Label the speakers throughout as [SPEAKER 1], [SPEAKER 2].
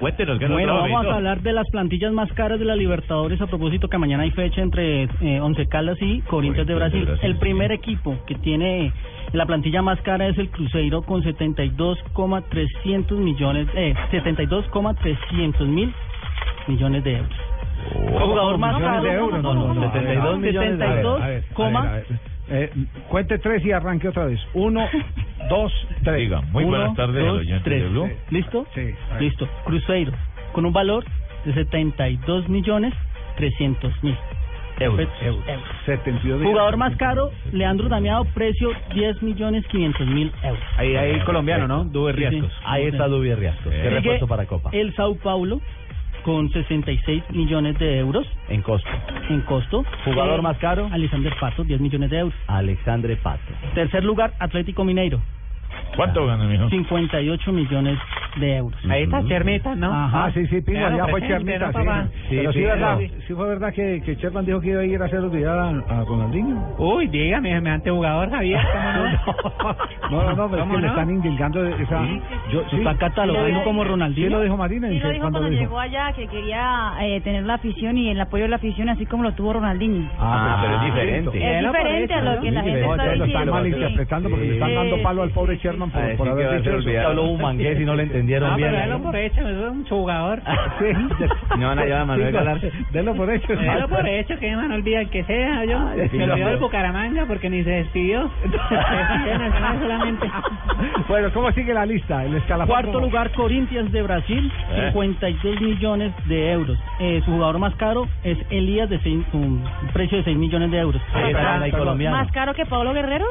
[SPEAKER 1] Cuéntenos, Pues que
[SPEAKER 2] Bueno, vamos a hablar de las plantillas más caras de la Libertadores a propósito que mañana hay fecha entre eh, Once Caldas y Corinthians de Brasil. El primer equipo que tiene la plantilla más cara es el Cruzeiro con 72,300 millones, eh, 72,300 mil millones de euros. El jugador más
[SPEAKER 3] millones
[SPEAKER 2] caro.
[SPEAKER 3] de euros, no, no, no,
[SPEAKER 1] 72 millones de euros.
[SPEAKER 3] A ver, a ver, a ver. Eh, cuente tres y arranque otra vez. Uno, dos, tres.
[SPEAKER 1] Diga, muy
[SPEAKER 3] Uno,
[SPEAKER 1] buenas tardes,
[SPEAKER 3] dos,
[SPEAKER 1] al oyente
[SPEAKER 3] tres.
[SPEAKER 1] de Blue.
[SPEAKER 3] Sí.
[SPEAKER 2] ¿Listo?
[SPEAKER 3] Sí, a ver.
[SPEAKER 2] Listo. Cruzeiro con un valor de 72 millones 300 mil.
[SPEAKER 1] Euros.
[SPEAKER 3] Euros. 72 millones.
[SPEAKER 2] Jugador más caro, Leandro Damiado, precio 10 millones 500 mil euros.
[SPEAKER 4] Ahí, ahí colombiano, ¿no? Dube
[SPEAKER 2] Sí,
[SPEAKER 4] Riascos.
[SPEAKER 2] sí.
[SPEAKER 4] Ahí está Dube Riascos.
[SPEAKER 1] Eh.
[SPEAKER 4] Qué
[SPEAKER 1] Sigue
[SPEAKER 4] refuerzo para Copa.
[SPEAKER 2] El Sao Paulo con 66 millones de euros
[SPEAKER 4] En costo.
[SPEAKER 2] en costo. Eh,
[SPEAKER 4] Jugador más caro.
[SPEAKER 2] Alexander Pato, 10 millones de euros.
[SPEAKER 4] Alexandre Pato.
[SPEAKER 2] Tercer lugar, Atlético Mineiro,
[SPEAKER 1] ¿Cuánto gana, mijo?
[SPEAKER 2] 58 millones de euros.
[SPEAKER 5] Ahí está Chernita, ¿no?
[SPEAKER 3] Ah, sí, sí, Pingo,
[SPEAKER 5] Claro,
[SPEAKER 3] ya fue
[SPEAKER 5] presente, ¿no,
[SPEAKER 3] Chernita, sí.
[SPEAKER 5] papá?
[SPEAKER 3] Pero sí,
[SPEAKER 4] Pingo.
[SPEAKER 3] verdad, sí fue verdad que, que Sherman dijo que iba a ir a hacer olvidar a, a Ronaldinho.
[SPEAKER 5] Uy, dígame, semejante jugador, Javier. ¿cómo
[SPEAKER 3] No, no, no, pero es
[SPEAKER 5] ¿Cómo
[SPEAKER 3] que le
[SPEAKER 5] no?
[SPEAKER 3] están indilgando esa... Yo, sí,
[SPEAKER 2] Está catalogado
[SPEAKER 6] Sí.
[SPEAKER 2] como
[SPEAKER 3] ¿Quién
[SPEAKER 2] Ronaldinho.
[SPEAKER 5] Ah,
[SPEAKER 3] lo dijo Marina?
[SPEAKER 6] Sí, lo dijo
[SPEAKER 3] ¿Cuándo
[SPEAKER 6] cuando
[SPEAKER 3] lo dijo?
[SPEAKER 6] llegó allá que quería eh, tener la afición y el apoyo de la afición, así como lo tuvo Ronaldinho.
[SPEAKER 4] Ah,
[SPEAKER 3] pues,
[SPEAKER 4] pero es diferente.
[SPEAKER 5] Eh,
[SPEAKER 6] es
[SPEAKER 5] no, por
[SPEAKER 6] diferente
[SPEAKER 5] eso,
[SPEAKER 6] a
[SPEAKER 5] ¿no?
[SPEAKER 6] lo que la
[SPEAKER 4] Sí,
[SPEAKER 6] gente
[SPEAKER 4] no, ya
[SPEAKER 6] está
[SPEAKER 3] lo están
[SPEAKER 4] diciendo,
[SPEAKER 3] malinterpretando porque le están
[SPEAKER 6] Sí,
[SPEAKER 3] dando palo
[SPEAKER 6] sí,
[SPEAKER 3] al pobre
[SPEAKER 6] sí,
[SPEAKER 3] Sherman
[SPEAKER 4] A
[SPEAKER 3] por,
[SPEAKER 4] decir
[SPEAKER 3] por
[SPEAKER 4] que va a ser
[SPEAKER 3] haber dicho
[SPEAKER 4] olvidado.
[SPEAKER 3] eso.
[SPEAKER 4] Habló un mangués y no le entendieron
[SPEAKER 2] Ah,
[SPEAKER 5] No,
[SPEAKER 4] bien.
[SPEAKER 5] pero délo por hecho, es un jugador.
[SPEAKER 3] Sí.
[SPEAKER 4] Me van a llevar a Manuel
[SPEAKER 3] Pingo,
[SPEAKER 4] Galarse.
[SPEAKER 3] Denlo por hecho.
[SPEAKER 5] Délo por hecho, que no olvida el que sea, yo.
[SPEAKER 4] Ay, sí,
[SPEAKER 5] Me
[SPEAKER 4] lo
[SPEAKER 5] olvidó
[SPEAKER 4] veo.
[SPEAKER 5] el Bucaramanga porque ni se despidió. Se despidió Nacional solamente.
[SPEAKER 3] Bueno, ¿cómo sigue la lista? El escalafón.
[SPEAKER 2] Cuarto
[SPEAKER 3] ¿cómo?
[SPEAKER 2] lugar, Corinthians de Brasil,
[SPEAKER 1] Eh.
[SPEAKER 2] 52 millones de euros. Eh, su jugador más caro es Elías, de seis- un precio de 6 millones de euros. Ah,
[SPEAKER 4] Ahí está la colombiana.
[SPEAKER 6] ¿Más caro que Pablo Guerrero?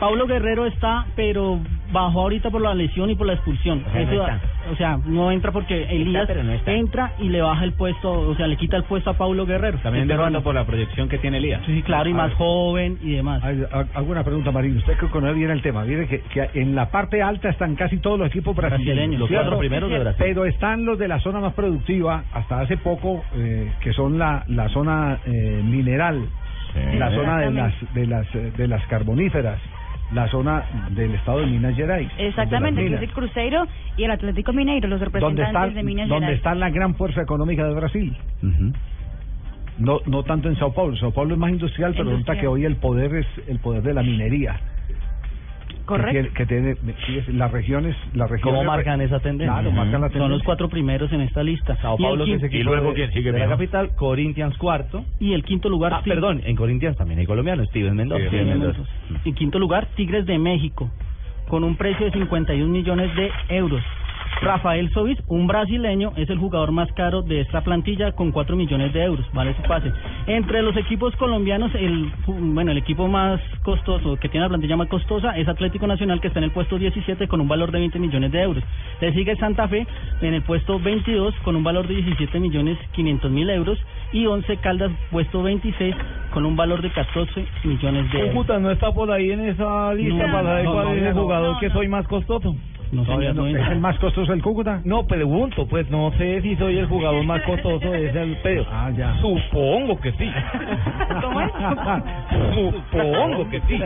[SPEAKER 2] Pablo Guerrero está, pero bajó ahorita por la lesión y por la expulsión.
[SPEAKER 4] O sea, no
[SPEAKER 2] Eso-
[SPEAKER 4] está.
[SPEAKER 2] o sea, no entra porque Elías
[SPEAKER 4] pero no está.
[SPEAKER 2] entra y le baja el puesto, o sea, le quita el puesto a Pablo Guerrero.
[SPEAKER 4] También
[SPEAKER 2] el
[SPEAKER 4] de
[SPEAKER 2] peruano.
[SPEAKER 4] por la proyección que tiene Elías.
[SPEAKER 2] Sí, claro, y
[SPEAKER 3] A
[SPEAKER 2] más
[SPEAKER 3] ver.
[SPEAKER 2] joven y demás.
[SPEAKER 3] Ay, ha- Hago una pregunta, Marín. Usted que conoce bien el tema. Mire que, que en la parte alta están casi todos los equipos brasileños.
[SPEAKER 2] Brasileños, los
[SPEAKER 3] ¿cierto?
[SPEAKER 4] cuatro primeros de Brasil.
[SPEAKER 3] Pero están los de la zona más productiva, hasta hace poco, eh, que son la, la zona eh, mineral,
[SPEAKER 1] Sí.
[SPEAKER 6] Eh,
[SPEAKER 3] la zona de las, de, las, eh, de las carboníferas, la zona del estado de Minas Gerais.
[SPEAKER 6] Exactamente,
[SPEAKER 3] de
[SPEAKER 6] que
[SPEAKER 3] las
[SPEAKER 6] es
[SPEAKER 3] minas,
[SPEAKER 6] el Cruzeiro y el Atlético Mineiro, los
[SPEAKER 3] donde
[SPEAKER 6] representantes
[SPEAKER 3] está,
[SPEAKER 6] de Minas
[SPEAKER 3] donde
[SPEAKER 6] Gerais.
[SPEAKER 3] está la gran fuerza económica de Brasil. No, no tanto en Sao Paulo. Sao Paulo es más industrial, pero resulta
[SPEAKER 6] Industrial.
[SPEAKER 3] que hoy el poder es el poder de la minería.
[SPEAKER 6] Correcto.
[SPEAKER 3] Que tiene, que tiene- sí, es- las regiones, las regiones.
[SPEAKER 4] ¿Cómo marcan esa tendencia?
[SPEAKER 3] pues, Claro, marcan la tendencia.
[SPEAKER 2] Son los cuatro primeros en esta lista.
[SPEAKER 4] Sao
[SPEAKER 2] y, el
[SPEAKER 4] Paulo que
[SPEAKER 2] quin-
[SPEAKER 4] es
[SPEAKER 2] y el
[SPEAKER 4] equipo
[SPEAKER 2] quinto,
[SPEAKER 1] luego
[SPEAKER 4] de-
[SPEAKER 1] quién sigue,
[SPEAKER 4] de la
[SPEAKER 1] mijo?
[SPEAKER 4] capital, Corinthians cuarto.
[SPEAKER 2] lugar,
[SPEAKER 4] Ah,
[SPEAKER 2] Tig-
[SPEAKER 4] perdón, en Corinthians también hay colombianos, Steven Mendoza.
[SPEAKER 1] Steven
[SPEAKER 2] Tigres de
[SPEAKER 1] Mendoza.
[SPEAKER 2] Mendoza. En quinto lugar, Tigres de México, con un precio de 51 millones de euros. Rafael Sobis, un brasileño, es el jugador más caro de esta plantilla con 4 millones de euros, vale su pase. Entre los equipos colombianos, el ju- bueno, el equipo más costoso, que tiene la plantilla más costosa, es Atlético Nacional, que está en el puesto 17 con un valor de 20 millones de euros. Le sigue Santa Fe en el puesto 22 con un valor de 17 millones 500 mil euros y Once Caldas puesto 26 con un valor de 14 millones de euros.
[SPEAKER 4] no está por ahí en esa
[SPEAKER 2] lista No, para saber no, cuál no, es el no,
[SPEAKER 6] jugador no, que no. soy
[SPEAKER 4] más costoso.
[SPEAKER 2] No,
[SPEAKER 3] Todavía
[SPEAKER 2] señor,
[SPEAKER 3] no-
[SPEAKER 2] no
[SPEAKER 3] ¿Es
[SPEAKER 2] entra.
[SPEAKER 3] el más costoso el Cúcuta?
[SPEAKER 4] No, pregunto, pues no sé si soy el jugador más costoso de ese pedo.
[SPEAKER 3] Ah, ya.
[SPEAKER 4] Supongo que sí. Supongo que sí.